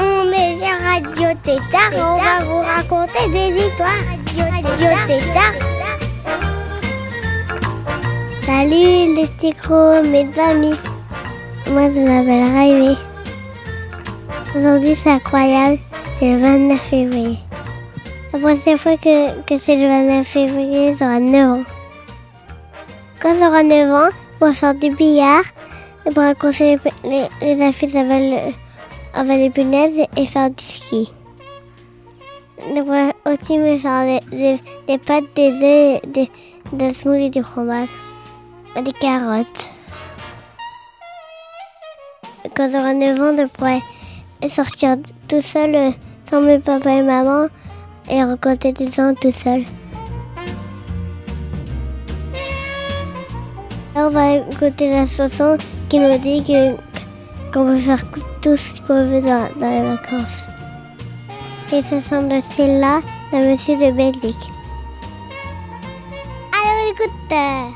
On est sur Radio Tétard. On va vous raconter des histoires. Radio Tétard. Salut les petits crocs, mes amis. Moi je m'appelle Raimé. Aujourd'hui c'est incroyable. C'est le 29 février. La prochaine fois que, que c'est le 29 février, j'aurai 9 ans. Quand j'aurai 9 ans, on va faire du billard et pour accrocher les, les, les affiches avec, le- avec les punaises et faire du ski. On va aussi me faire des, des- des pâtes, des œufs, et des, des smoothies, du fromage, et des carottes. Quand j'aurai 9 ans, je pourrai sortir tout seul euh, sans mes papas et maman et rencontrer des gens tout seul. Là, on va écouter la chanson qui nous dit que qu'on peut faire tous pauvres dans, dans les vacances. Et ce sont de celle-là, de Monsieur de Belgique. Allez, écoute euh.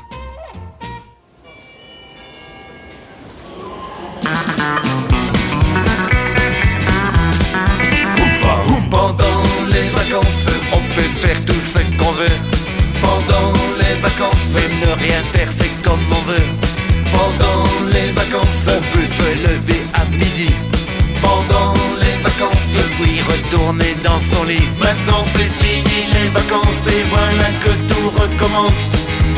Pendant les vacances, on peut faire tout ce qu'on veut. Pendant les vacances, ne rien faire, c'est comme on veut. Pendant les vacances, on peut se lever à midi. Pendant les vacances, puis retourner dans son lit. Maintenant c'est fini les vacances et voilà que tout recommence.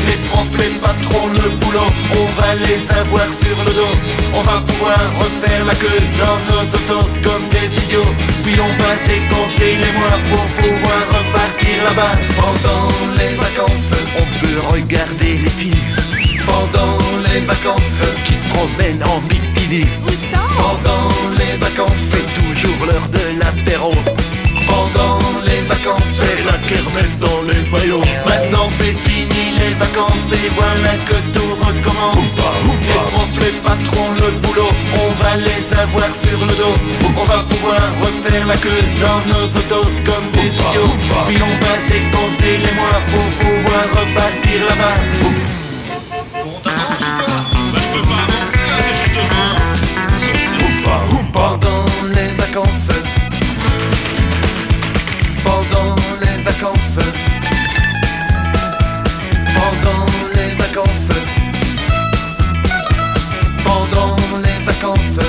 Les profs, les patrons, le boulot, on va les avoir sur le dos. On va pouvoir refaire la queue dans nos autos comme des idiots. Puis on va décompter les mois pour pouvoir repartir là-bas. Pendant les vacances, on peut regarder les filles. Pendant les vacances, qui se promènent en bikini. Pendant les vacances, c'est toujours l'heure de l'apéro. Pendant les vacances, c'est la kermesse dans les maillots. Maintenant c'est fini les vacances et voilà que tout recommence. Les profs, les patrons, le boulot, on va les avoir sur le dos. On va pouvoir refaire la queue dans nos autos comme des idiots. Puis on va décompter les mois pour pouvoir repartir là-bas. Pendant les vacances Pendant les vacances Pendant les vacances Pendant les vacances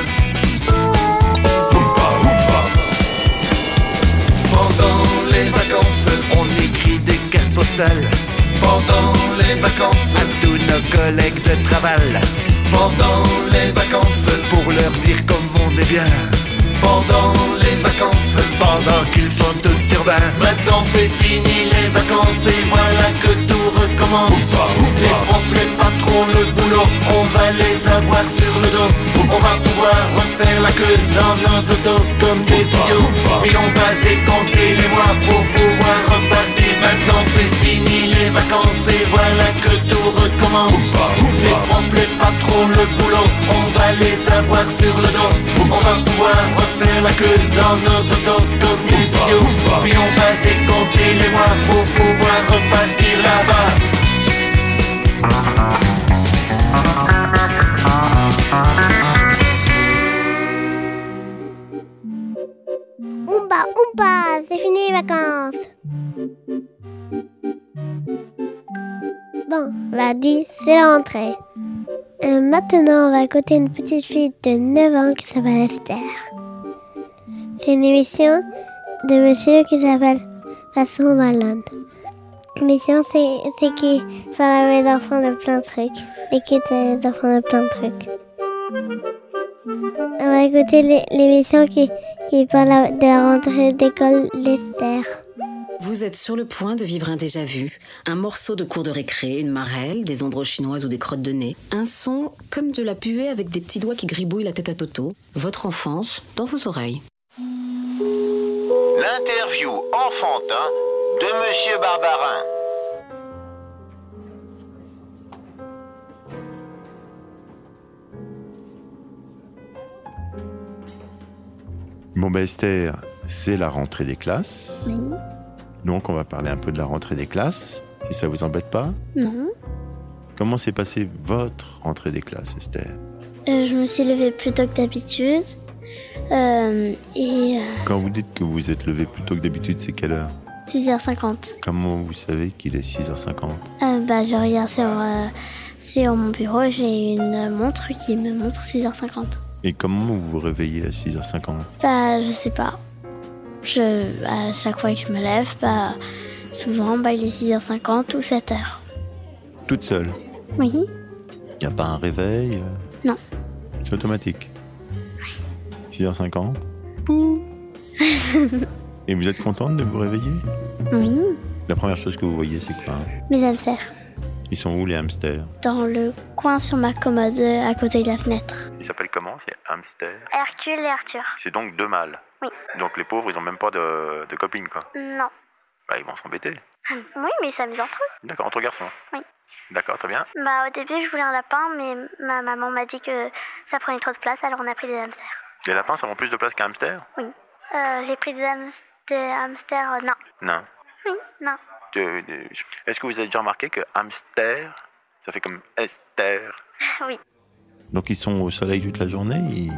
Pendant les vacances, on écrit des cartes postales. Pendant les vacances, à tous nos collègues de travail. Pendant les vacances, pour leur dire comme on est bien. Pendant les vacances, pendant qu'ils sont tout urbains. Maintenant c'est fini les vacances et voilà que tout recommence. Les profs, les patrons, le boulot, on va les avoir sur le dos. On va pouvoir refaire la queue dans nos autos comme des idiots. Puis on va décompter les mois pour pouvoir repartir. Maintenant c'est fini les vacances et voilà que tout recommence. Les profs, les patrons, le boulot, on va les avoir sur le dos. On va pouvoir refaire la queue dans nos autos comme des idiots. Puis on va décompter les mois pour pouvoir repartir là-bas. Oumba, oumba, c'est fini les vacances. Bon, lundi, c'est la rentrée. Euh, maintenant, on va écouter une petite fille de 9 ans qui s'appelle Esther. C'est une émission de monsieur qui s'appelle Vincent Malone. L'émission, c'est c'est qui fait rêver les enfants de plein de trucs. Et qui les enfants de plein de trucs. On va écouter l'é- l'émission qui, qui parle de la rentrée d'école d'Esther. Vous êtes sur le point de vivre un déjà-vu, un morceau de cours de récré, une marelle, des ombres chinoises ou des crottes de nez, un son comme de la puée avec des petits doigts qui gribouillent la tête à Toto, votre enfance dans vos oreilles. La l'interview enfantin de Monsieur Barbarin. Bon, bah, Esther, c'est la rentrée des classes. Oui. Donc, on va parler un peu de la rentrée des classes, si ça vous embête pas. Non. Comment s'est passée votre rentrée des classes, Esther Euh, je me suis levée plus tôt que d'habitude. Euh, et Quand vous dites que vous vous êtes levé plus tôt que d'habitude, c'est quelle heure 6h50. Comment vous savez qu'il est 6h50 Euh, bah, je regarde sur, euh, sur mon bureau et j'ai une euh, montre qui me montre 6h50. Et comment vous vous réveillez à 6h50 Bah, je sais pas. Je, à chaque fois que je me lève, bah, souvent, bah, il est 6h50 ou 7h. Toute seule Oui. Il a pas un réveil euh Non. C'est automatique 6h50 Et vous êtes contente de vous réveiller Oui. La première chose que vous voyez, c'est quoi hein Mes hamsters. Ils sont où les hamsters Dans le coin sur ma commode euh, à côté de la fenêtre. Ils s'appellent comment C'est hamster Hercule et Arthur. C'est donc deux mâles. Oui. Donc les pauvres, ils ont même pas de, de copine, quoi. Non. Bah, ils vont s'embêter. Oui, mais ça me entre eux. D'accord, entre garçons. Oui. D'accord, très bien. Bah, au début, je voulais un lapin, mais ma maman m'a dit que ça prenait trop de place, alors on a pris des hamsters. Les lapins, ça prend plus de place qu'un hamster Euh, j'ai pris des, ham- des hamsters. euh, non. Non. Oui, non. De- de- Est-ce que vous avez déjà remarqué que hamster, ça fait comme Esther Oui. Donc ils sont au soleil toute la journée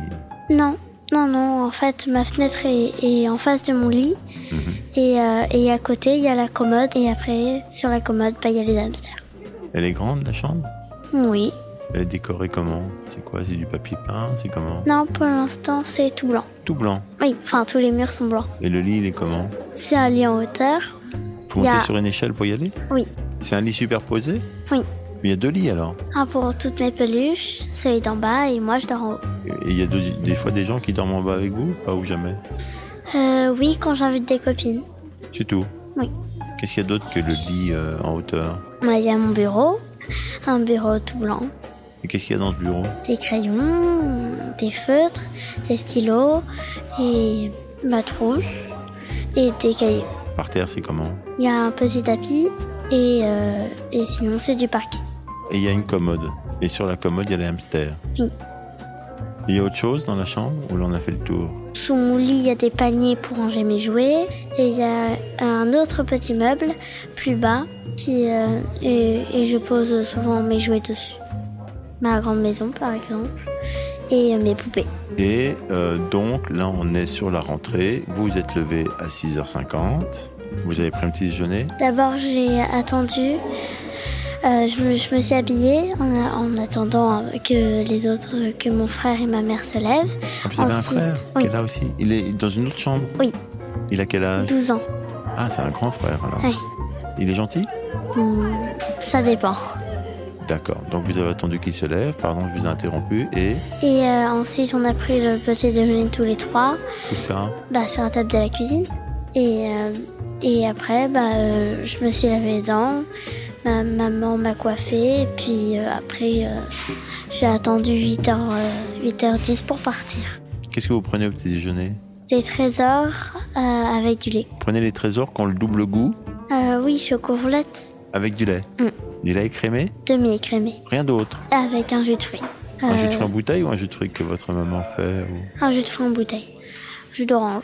Non. Non, non, en fait, ma fenêtre est, est en face de mon lit. Mhm. Et, euh, et à côté, il y a la commode. Et après, sur la commode, bah, il y a les hamsters. Elle est grande, la chambre Oui. Elle est décorée comment C'est quoi C'est du papier peint C'est comment Non, pour l'instant, c'est tout blanc. Tout blanc. Oui, enfin, tous les murs sont blancs. Et le lit, il est comment C'est un lit en hauteur. Faut Il y monter a- sur une échelle pour y aller Oui. C'est un lit superposé Oui. Mais il y a deux lits alors. Un pour toutes mes peluches, celui d'en bas et moi je dors en haut. Et il y a deux- des fois des gens qui dorment en bas avec vous Pas ou jamais Euh, oui, quand j'invite des copines. C'est tout Oui. Qu'est-ce qu'il y a d'autre que le lit euh, en hauteur Moi, Il y a mon bureau, un bureau tout blanc, Et qu'est-ce qu'il y a dans ce bureau des crayons, des feutres, des stylos et ma trousse et des cahiers. Par terre, c'est comment Il y a un petit tapis et, euh, et sinon c'est du parquet. Et il y a une commode. Et sur la commode, il y a les hamsters. Oui. Il y a autre chose dans la chambre où l'on a fait le tour Sous mon lit, il y a des paniers pour ranger mes jouets et il y a un autre petit meuble plus bas qui, euh, et, et je pose souvent mes jouets dessus. Ma grande maison par exemple et euh, mes poupées. Et euh, donc là, on est sur la rentrée. Vous vous êtes levé à 6h50. Vous avez pris un petit déjeuner. D'abord j'ai attendu, Euh, je, me, je me suis habillée en, en attendant que les autres, que mon frère et ma mère se lèvent. Ah, vous avez un Ensuite, frère oui. qui est là aussi. Il est dans une autre chambre Oui. Il a quel âge 12 ans, Ah, c'est un grand frère alors. Oui. Il est gentil Hmm, ça dépend. D'accord. Donc vous avez attendu qu'il se lève. Pardon, je vous ai interrompu. Et Et euh, ensuite on a pris le petit déjeuner tous les trois. tout ça. bah, sur la table de la cuisine. Et, euh, et après, bah, euh, je me suis lavé les dents. Ma maman m'a coiffée. Et puis euh, après, euh, j'ai attendu euh, 8h, 8h10 pour partir. Qu'est-ce que vous prenez au petit déjeuner Des trésors euh, avec du lait. Prenez les trésors qui ont le double goût Euh, oui, chocolat avec du lait. Mm. Du lait écrémé demi-écrémé. Rien d'autre. Avec un jus de fruits. Un jus de Euh, fruits en bouteille ou un jus de fruits que votre maman fait ou- un jus de fruits en bouteille. Jus d'orange.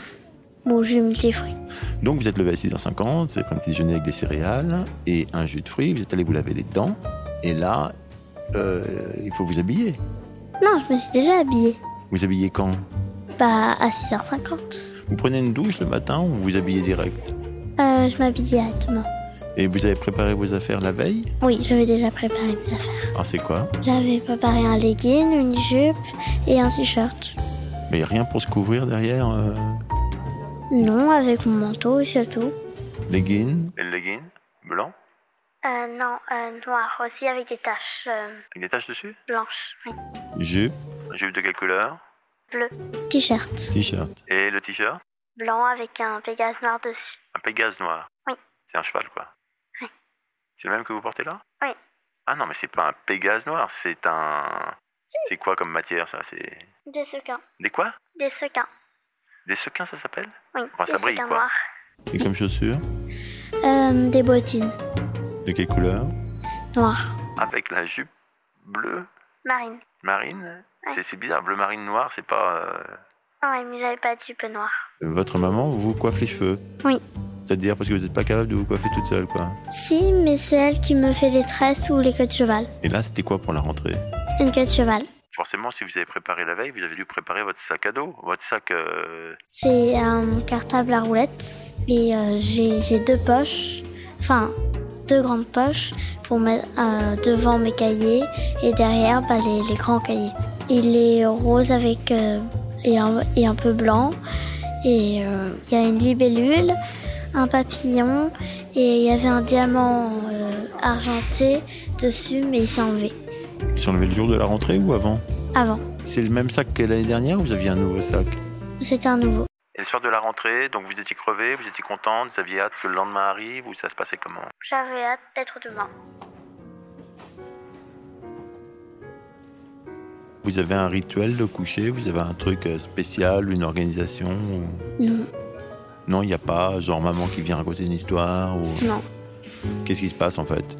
Mon jus multifruits. Donc vous êtes levé à 6h50, vous avez pris un petit déjeuner avec des céréales et un jus de fruits, vous êtes allé vous laver les dents et là, euh, il faut vous habiller. Non, je me suis déjà habillée. Vous habillez quand Bah, à 6h50. Vous prenez une douche le matin ou vous vous habillez direct Euh, je m'habille directement. Et vous avez préparé vos affaires la veille Oui, j'avais déjà préparé mes affaires. Ah c'est quoi J'avais préparé un legging, une jupe et un t-shirt. Mais rien pour se couvrir derrière euh, Non, avec mon manteau et c'est tout. leggings Et le legging blanc Euh, non, euh, noir aussi avec des taches euh, Avec des taches dessus blanches. Oui. Jupe Jupe de quelle couleur T-shirt. T-shirt. Et le t-shirt Blanc avec un pégase noir dessus. Un pégase noir. Oui. C'est un cheval, quoi. Oui. C'est le même que vous portez là Oui. Ah non, mais c'est pas un pégase noir, c'est un. C'est quoi comme matière, ça C'est. Des sequins. Des quoi Des sequins. Des sequins, ça s'appelle Oui, Enfin, ça brille, quoi. Et comme chaussures Euh, des bottines De quelle couleur noires. Avec la jupe bleue Marine. marine C'est- C'est bizarre, bleu marine noir, c'est pas. euh, Ah Ouais, mais j'avais pas de jupe noire. Votre maman vous coiffe les cheveux Oui. C'est-à-dire parce que vous n'êtes pas capable de vous coiffer toute seule, quoi. Si, mais c'est elle qui me fait les tresses ou les queues de cheval. Et là, c'était quoi pour la rentrée Une queue de cheval. Forcément, si vous avez préparé la veille, vous avez dû préparer votre sac à dos, votre sac. euh, C'est un cartable à roulettes et euh, j'ai j'ai deux poches, enfin deux grandes poches pour mettre euh, devant mes cahiers et derrière bah, les, les grands cahiers. Il est rose avec euh, et, un, et un peu blanc et euh, il y a une libellule, un papillon et il y avait un diamant euh, argenté dessus mais il s'est enlevé Ils sont levés le jour de la rentrée ou avant avant. C'est le même sac que l'année dernière ou vous aviez un nouveau sac C'était un nouveau. Et le soir de la rentrée, donc vous étiez crevé, vous étiez contente, vous aviez hâte que le lendemain arrive, ou ça se passait comment J'avais hâte d'être demain. Vous avez un rituel de coucher Vous avez un truc euh, spécial, une organisation ou- Non, Non, il n'y a pas genre maman qui vient raconter une histoire ou... non. Qu'est-ce qui se passe en fait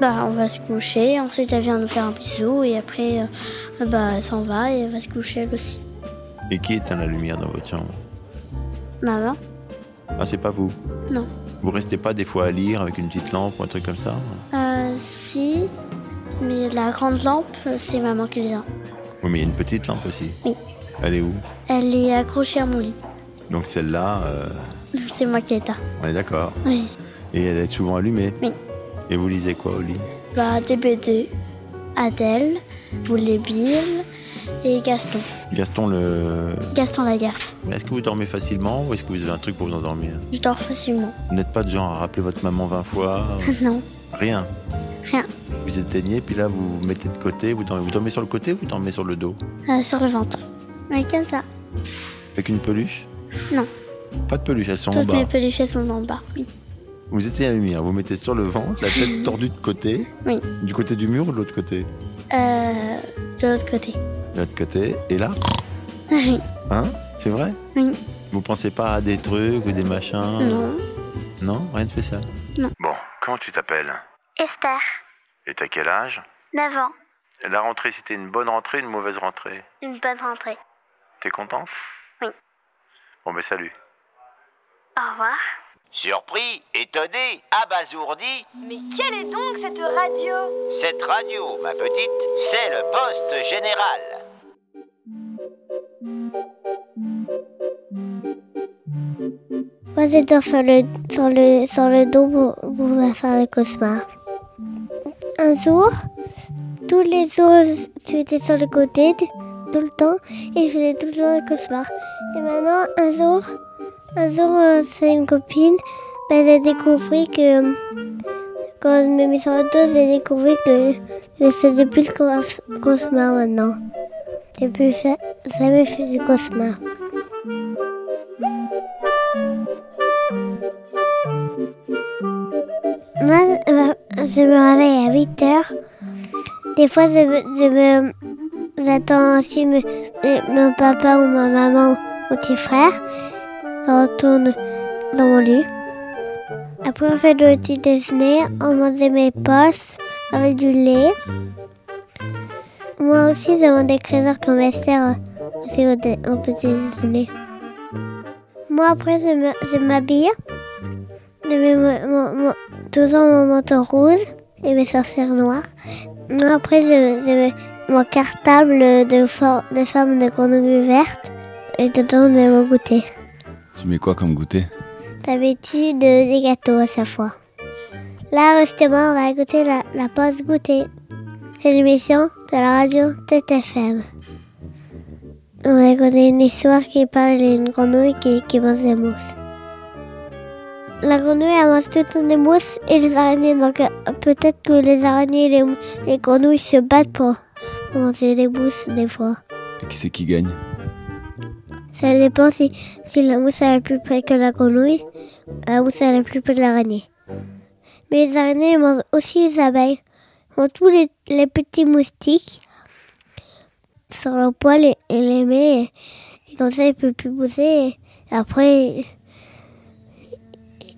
Bah, on va se coucher, ensuite elle vient nous faire un bisou et après, euh, bah, elle s'en va et elle va se coucher elle aussi. Et qui éteint la lumière dans votre chambre Maman Ah, c'est pas vous Non. Vous restez pas des fois à lire avec une petite lampe ou un truc comme ça Euh, si, mais la grande lampe, c'est maman qui les a. Oui, mais il y a une petite lampe aussi. Oui. Elle est où Elle est accrochée à mon lit. Donc celle-là, euh, c'est moi qui éteins. on est d'accord. Oui. Et elle est souvent allumée Oui. Et vous lisez quoi au lit Bah, des BD. Adèle, Boulet Bill et Gaston. Gaston, le... Gaston la gaffe. est-ce que vous dormez facilement ou est-ce que vous avez un truc pour vous endormir Je dors facilement. Vous n'êtes pas de genre à rappeler votre maman 20 fois non. Rien. Rien. Vous éteignez, puis là vous vous mettez de côté, vous dormez, vous dormez sur le côté ou vous dormez sur le dos Euh, sur le ventre. Mais comme ça. Avec une peluche Non. Pas de peluche, elles sont en Toutes bas. mes peluches sont en bas. Oui. Vous éteignez la lumière, vous mettez sur le ventre, la tête tordue de côté. Oui. Du côté du mur ou de l'autre côté Euh, de l'autre côté. De l'autre côté. Et là, Oui. hein C'est vrai Oui. Vous pensez pas à des trucs ou des machins Non. Non, rien de spécial. Bon, comment tu t'appelles Esther, Et t'as quel âge 9 ans, La rentrée, c'était une bonne rentrée, une mauvaise rentrée une bonne rentrée. T'es contente Oui. Bon, ben salut. Au revoir. Surpris, étonné, abasourdi, Mais quelle est donc cette radio cette radio, ma petite, c'est le poste général. Moi, je dors sur le, sur le, sur le dos pour, pour faire le cauchemar. Un jour, tous les jours, j'étais sur le côté, tout le temps, et je faisais toujours le cauchemar. Et maintenant, un jour, un jour, euh, c'est une copine, ben, j'ai découvert que, euh, quand je me mets sur le dos, j'ai découvert que je faisais plus le cauch- cauchemar maintenant. J'ai plus fait, jamais fait du cauchemar. Moi, euh, je me réveille à 8 heures. Des fois, je me. je me- J'attends aussi me- me- mon papa ou ma maman ou mon petit frère. Je retourne dans mon lit. Après, on fait le petit déjeuner. On mangeait mes postes avec du lait. Moi aussi, j'ai des trésors comme Esther euh, aussi au, dé- au petit déjeuner. Moi, après, je me- je m'habille. Je mets mon- mon- mon- deux ans mon manteau rouge et mes sorcières noires. Après, j'ai j'ai mes- mon cartable de, for- de forme de grenouille verte et dedans, je mets mon goûter. Tu mets quoi comme goûter D'habitude, des gâteaux à sa fois. Là, justement, on va goûter la, la pause goûter. C'est l'émission de la radio TTFM. On va écouter une histoire qui parle d'une grenouille qui, qui mange des mousses. La grenouille, elle mange tout le temps des mousses et les araignées. Donc, euh, peut-être que les araignées et les, mou- les grenouilles se battent pour, pour manger des mousses, des fois. Et qui c'est qui gagne Ça dépend si, si la mousse elle est plus près que la grenouille, la mousse elle est plus près de l'araignée. Mais les araignées elles mangent aussi les abeilles. Ils mangent tous les, les petits moustiques sur leur poil et, et les met. Et, et comme ça, ils ne peuvent plus pousser. Et, Après,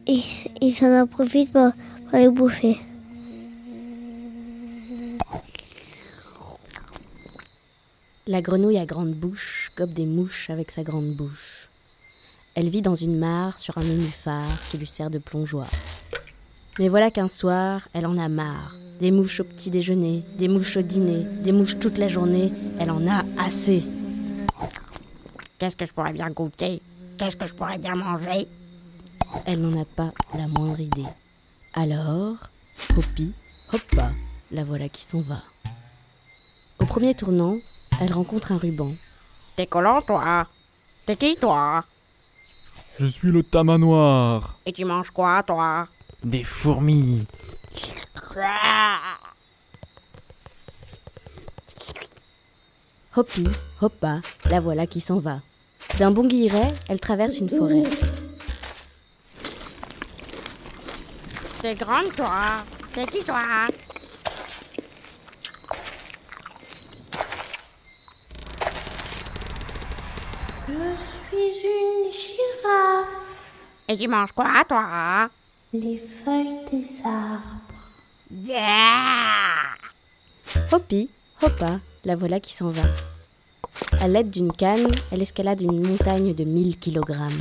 ils il s'en en profitent pour, pour les bouffer. La grenouille à grande bouche gobe des mouches avec sa grande bouche. Elle vit dans une mare sur un nénuphar qui lui sert de plongeoir. Mais voilà qu'un soir, elle en a marre. Des mouches au petit déjeuner, des mouches au dîner, des mouches toute la journée, elle en a assez. Qu'est-ce que je pourrais bien goûter Qu'est-ce que je pourrais bien manger Elle n'en a pas la moindre idée. Alors, hopi, hoppa, la voilà qui s'en va. Au premier tournant, elle rencontre un ruban. T'es collant, toi T'es qui, toi Je suis le tama noir. Et tu manges quoi, toi Des fourmis. Hopi, hoppa, la voilà qui s'en va. D'un bon guilleret, elle traverse une forêt. T'es grande, toi T'es qui, toi Je suis une girafe. Et tu manges quoi, toi Les feuilles des arbres. Yeah Hopi, hoppa, la voilà qui s'en va. À l'aide d'une canne, elle escalade une montagne de 1000 kilogrammes.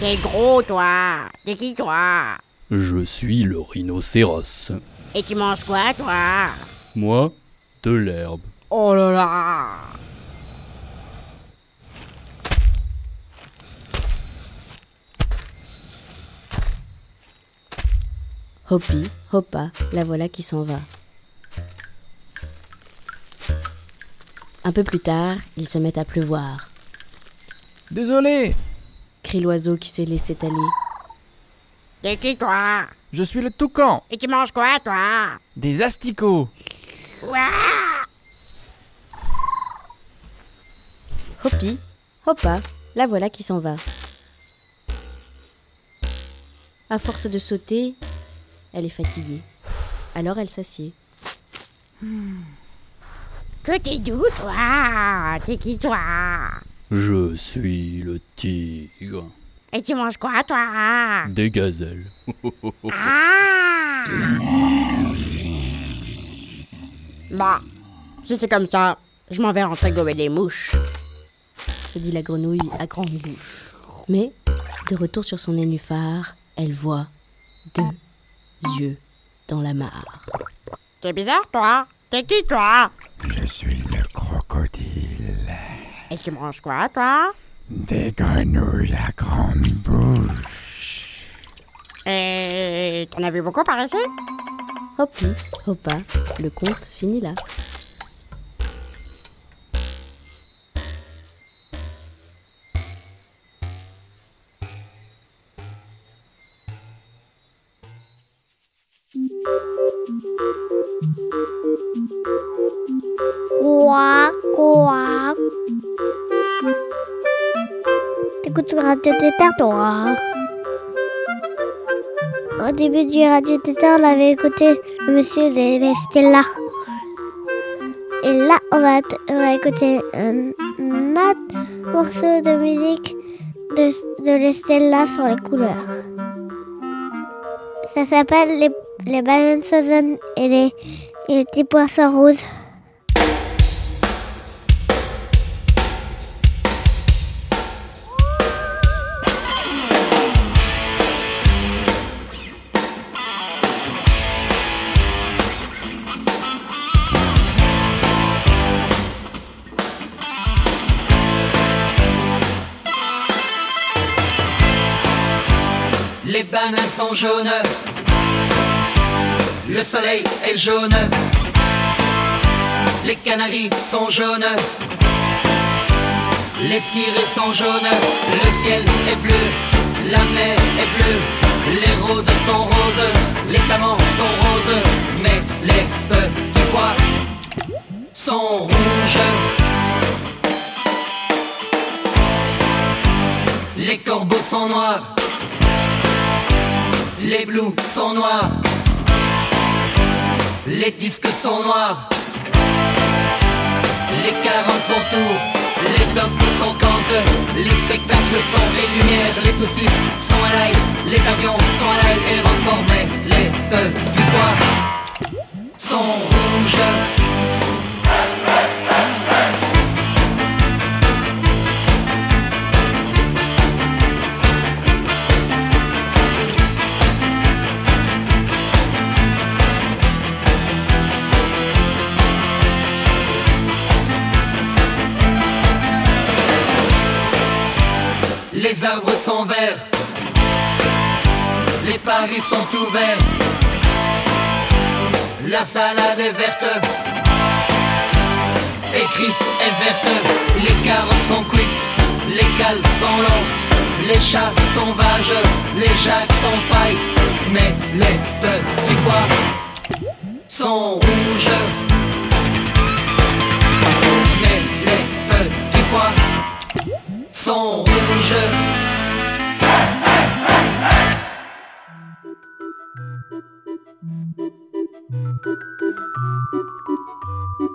T'es gros, toi T'es qui, toi Je suis le rhinocéros. Et tu manges quoi, toi Moi, de l'herbe. Oh là là Hopi, hoppa, la voilà qui s'en va. Un peu plus tard, il se met à pleuvoir. Désolé crie l'oiseau qui s'est laissé aller. T'es qui, toi Je suis le toucan. Et tu manges quoi, toi Des asticots. Ouah Hopi, hoppa, la voilà qui s'en va. À force de sauter, elle est fatiguée. Alors elle s'assied. Que t'es doux, toi T'es qui, toi Je suis le tigre. Et tu manges quoi, toi Des gazelles. Ah Bah, si c'est comme ça, je m'en vais rentrer gommer des mouches. Se dit la grenouille à grande bouche. Mais, de retour sur son nénuphar, elle voit deux yeux dans la mare. T'es bizarre, toi T'es qui, toi Je suis le crocodile. Et tu manges quoi, toi Des grenouilles à grande bouche. Et Euh, t'en as vu beaucoup par ici Hopi, hoppa, le conte finit là. Quoi, quoi T'écoutes Radio Tétard, toi Au début du Radio Tétard, on avait écouté le monsieur de Stella. Et là, on va, on va écouter un, un, autre morceau de musique de, de Stella sur les couleurs. Ça s'appelle les, les baleines sauvages et les, et les petits poissons rouges. Les bananes sont jaunes. Le soleil est jaune. Les canaries sont jaunes. Les cirés sont jaunes. Le ciel est bleu. La mer est bleue. Les roses sont roses. Les flamands sont roses. Mais les petits pois sont rouges. Les corbeaux sont noirs. Les blues sont noirs. les disques sont noirs, les 40 sont tours, les tops sont canteux, les spectacles sont les lumières, les saucisses sont à l'ail, les avions sont à l'ail, les reports, mais les feux du bois sont rouges. Les arbres sont verts, les paris sont ouverts, la salade est verte, et Chris est verte, les carottes sont quick, les cales sont longs, les chats sont vages, les jacques sont failles, mais les petits pois sont rouges. Mais les petits pois sont rouges.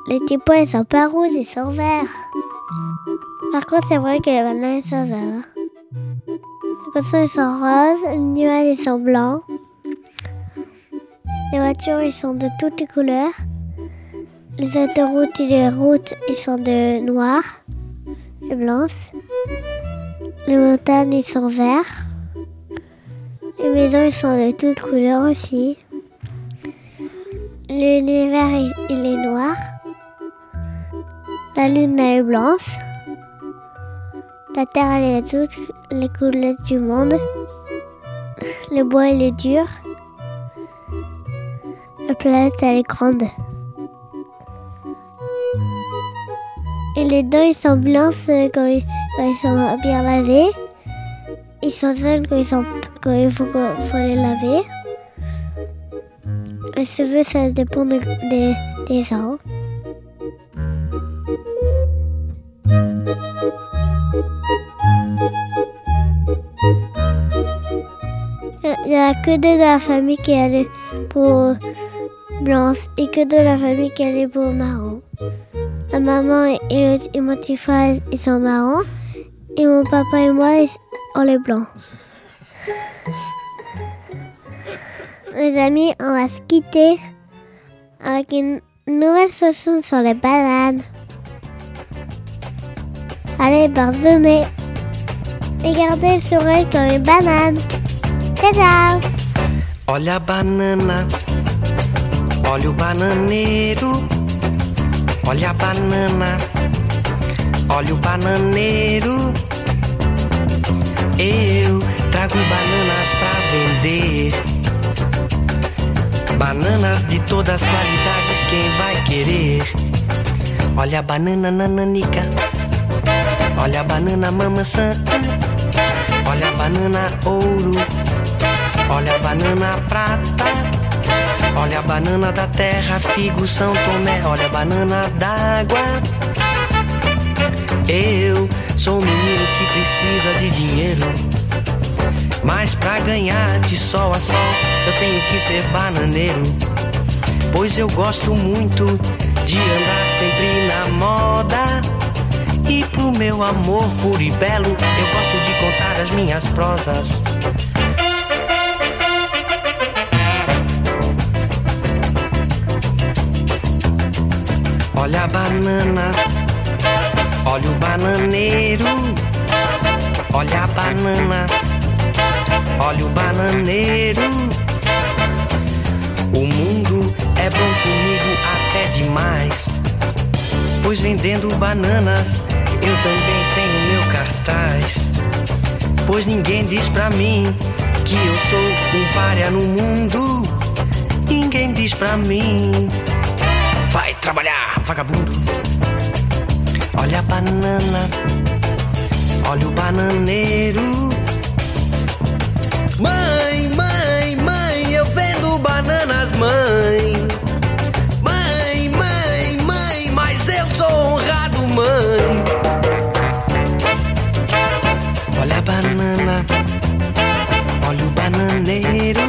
Les petits pois, ils sont pas rouges, ils sont verts. Par contre, c'est vrai que les bananes, ils sont verts. Comme ça, ils sont roses, les nuages, ils sont blancs. Les voitures, ils sont de toutes les couleurs. Les autoroutes et les routes, ils sont de noir et blanches. Les montagnes, ils sont verts. Les maisons, ils sont de toutes couleurs aussi. L'univers, il, il est noir. La lune, elle est blanche. La terre, elle est de toutes les couleurs du monde. Le bois, il est dur. La planète, elle est grande. Et les dents, ils sont blanches euh, quand ils, quand ils sont bien lavés. Ils sont jaunes quand, ils sont, quand il faut, qu'on- faut les laver. Les cheveux, ça dépend de- des, des gens. Euh, Il n'y a que deux de la famille qui a les peaux blanches et que deux de la famille qui a les peaux marron. La maman et, le- et mon petit frère, ils sont marrons. Et mon papa et moi, ils- on est blancs. Les amis, on va se quitter avec une nouvelle chanson sur les bananes. Allez, pardonnez. Et gardez le sourire comme une banane. Ciao, ciao Olha a banana, olha o bananeiro, olha a banana, olha o bananeiro. Eu trago bananas pra vender, bananas de todas as qualidades, quem vai querer? Olha a banana nananica, olha a banana mamaçã, olha a banana ouro. Olha a banana prata, olha a banana da terra, figo São Tomé, olha a banana d'água. Eu sou um menino que precisa de dinheiro, mas pra ganhar de sol a sol eu tenho que ser bananeiro, pois eu gosto muito de andar sempre na moda. E pro meu amor puro e belo, eu gosto de contar as minhas prosas. Olha a banana, olha o bananeiro, olha a banana, olha o bananeiro. O mundo é bom comigo até demais, pois vendendo bananas eu também tenho meu cartaz. Pois ninguém diz pra mim que eu sou um párea no mundo, ninguém diz pra mim. Vai trabalhar, vagabundo. Olha a banana, olha o bananeiro. Mãe, mãe, mãe, eu vendo bananas, mãe. Mãe, mãe, mãe, mas eu sou honrado, mãe. Olha a banana, olha o bananeiro.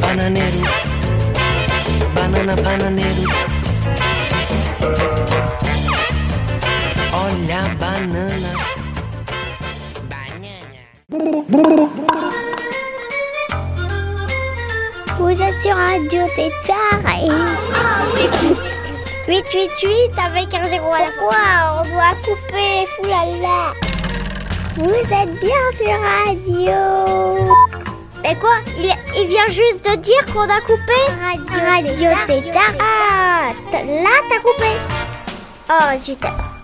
bananeiro. Banana, bananeiro. Olha a banana. Vous êtes sur Radio Tétard et... 888 avec un zéro à la fois, on doit couper, foulala Vous êtes bien sur Radio... Mais quoi il, il vient juste de dire qu'on a coupé Radio, Radio Tétard Ah, t- là t'as coupé Oh, zut alors.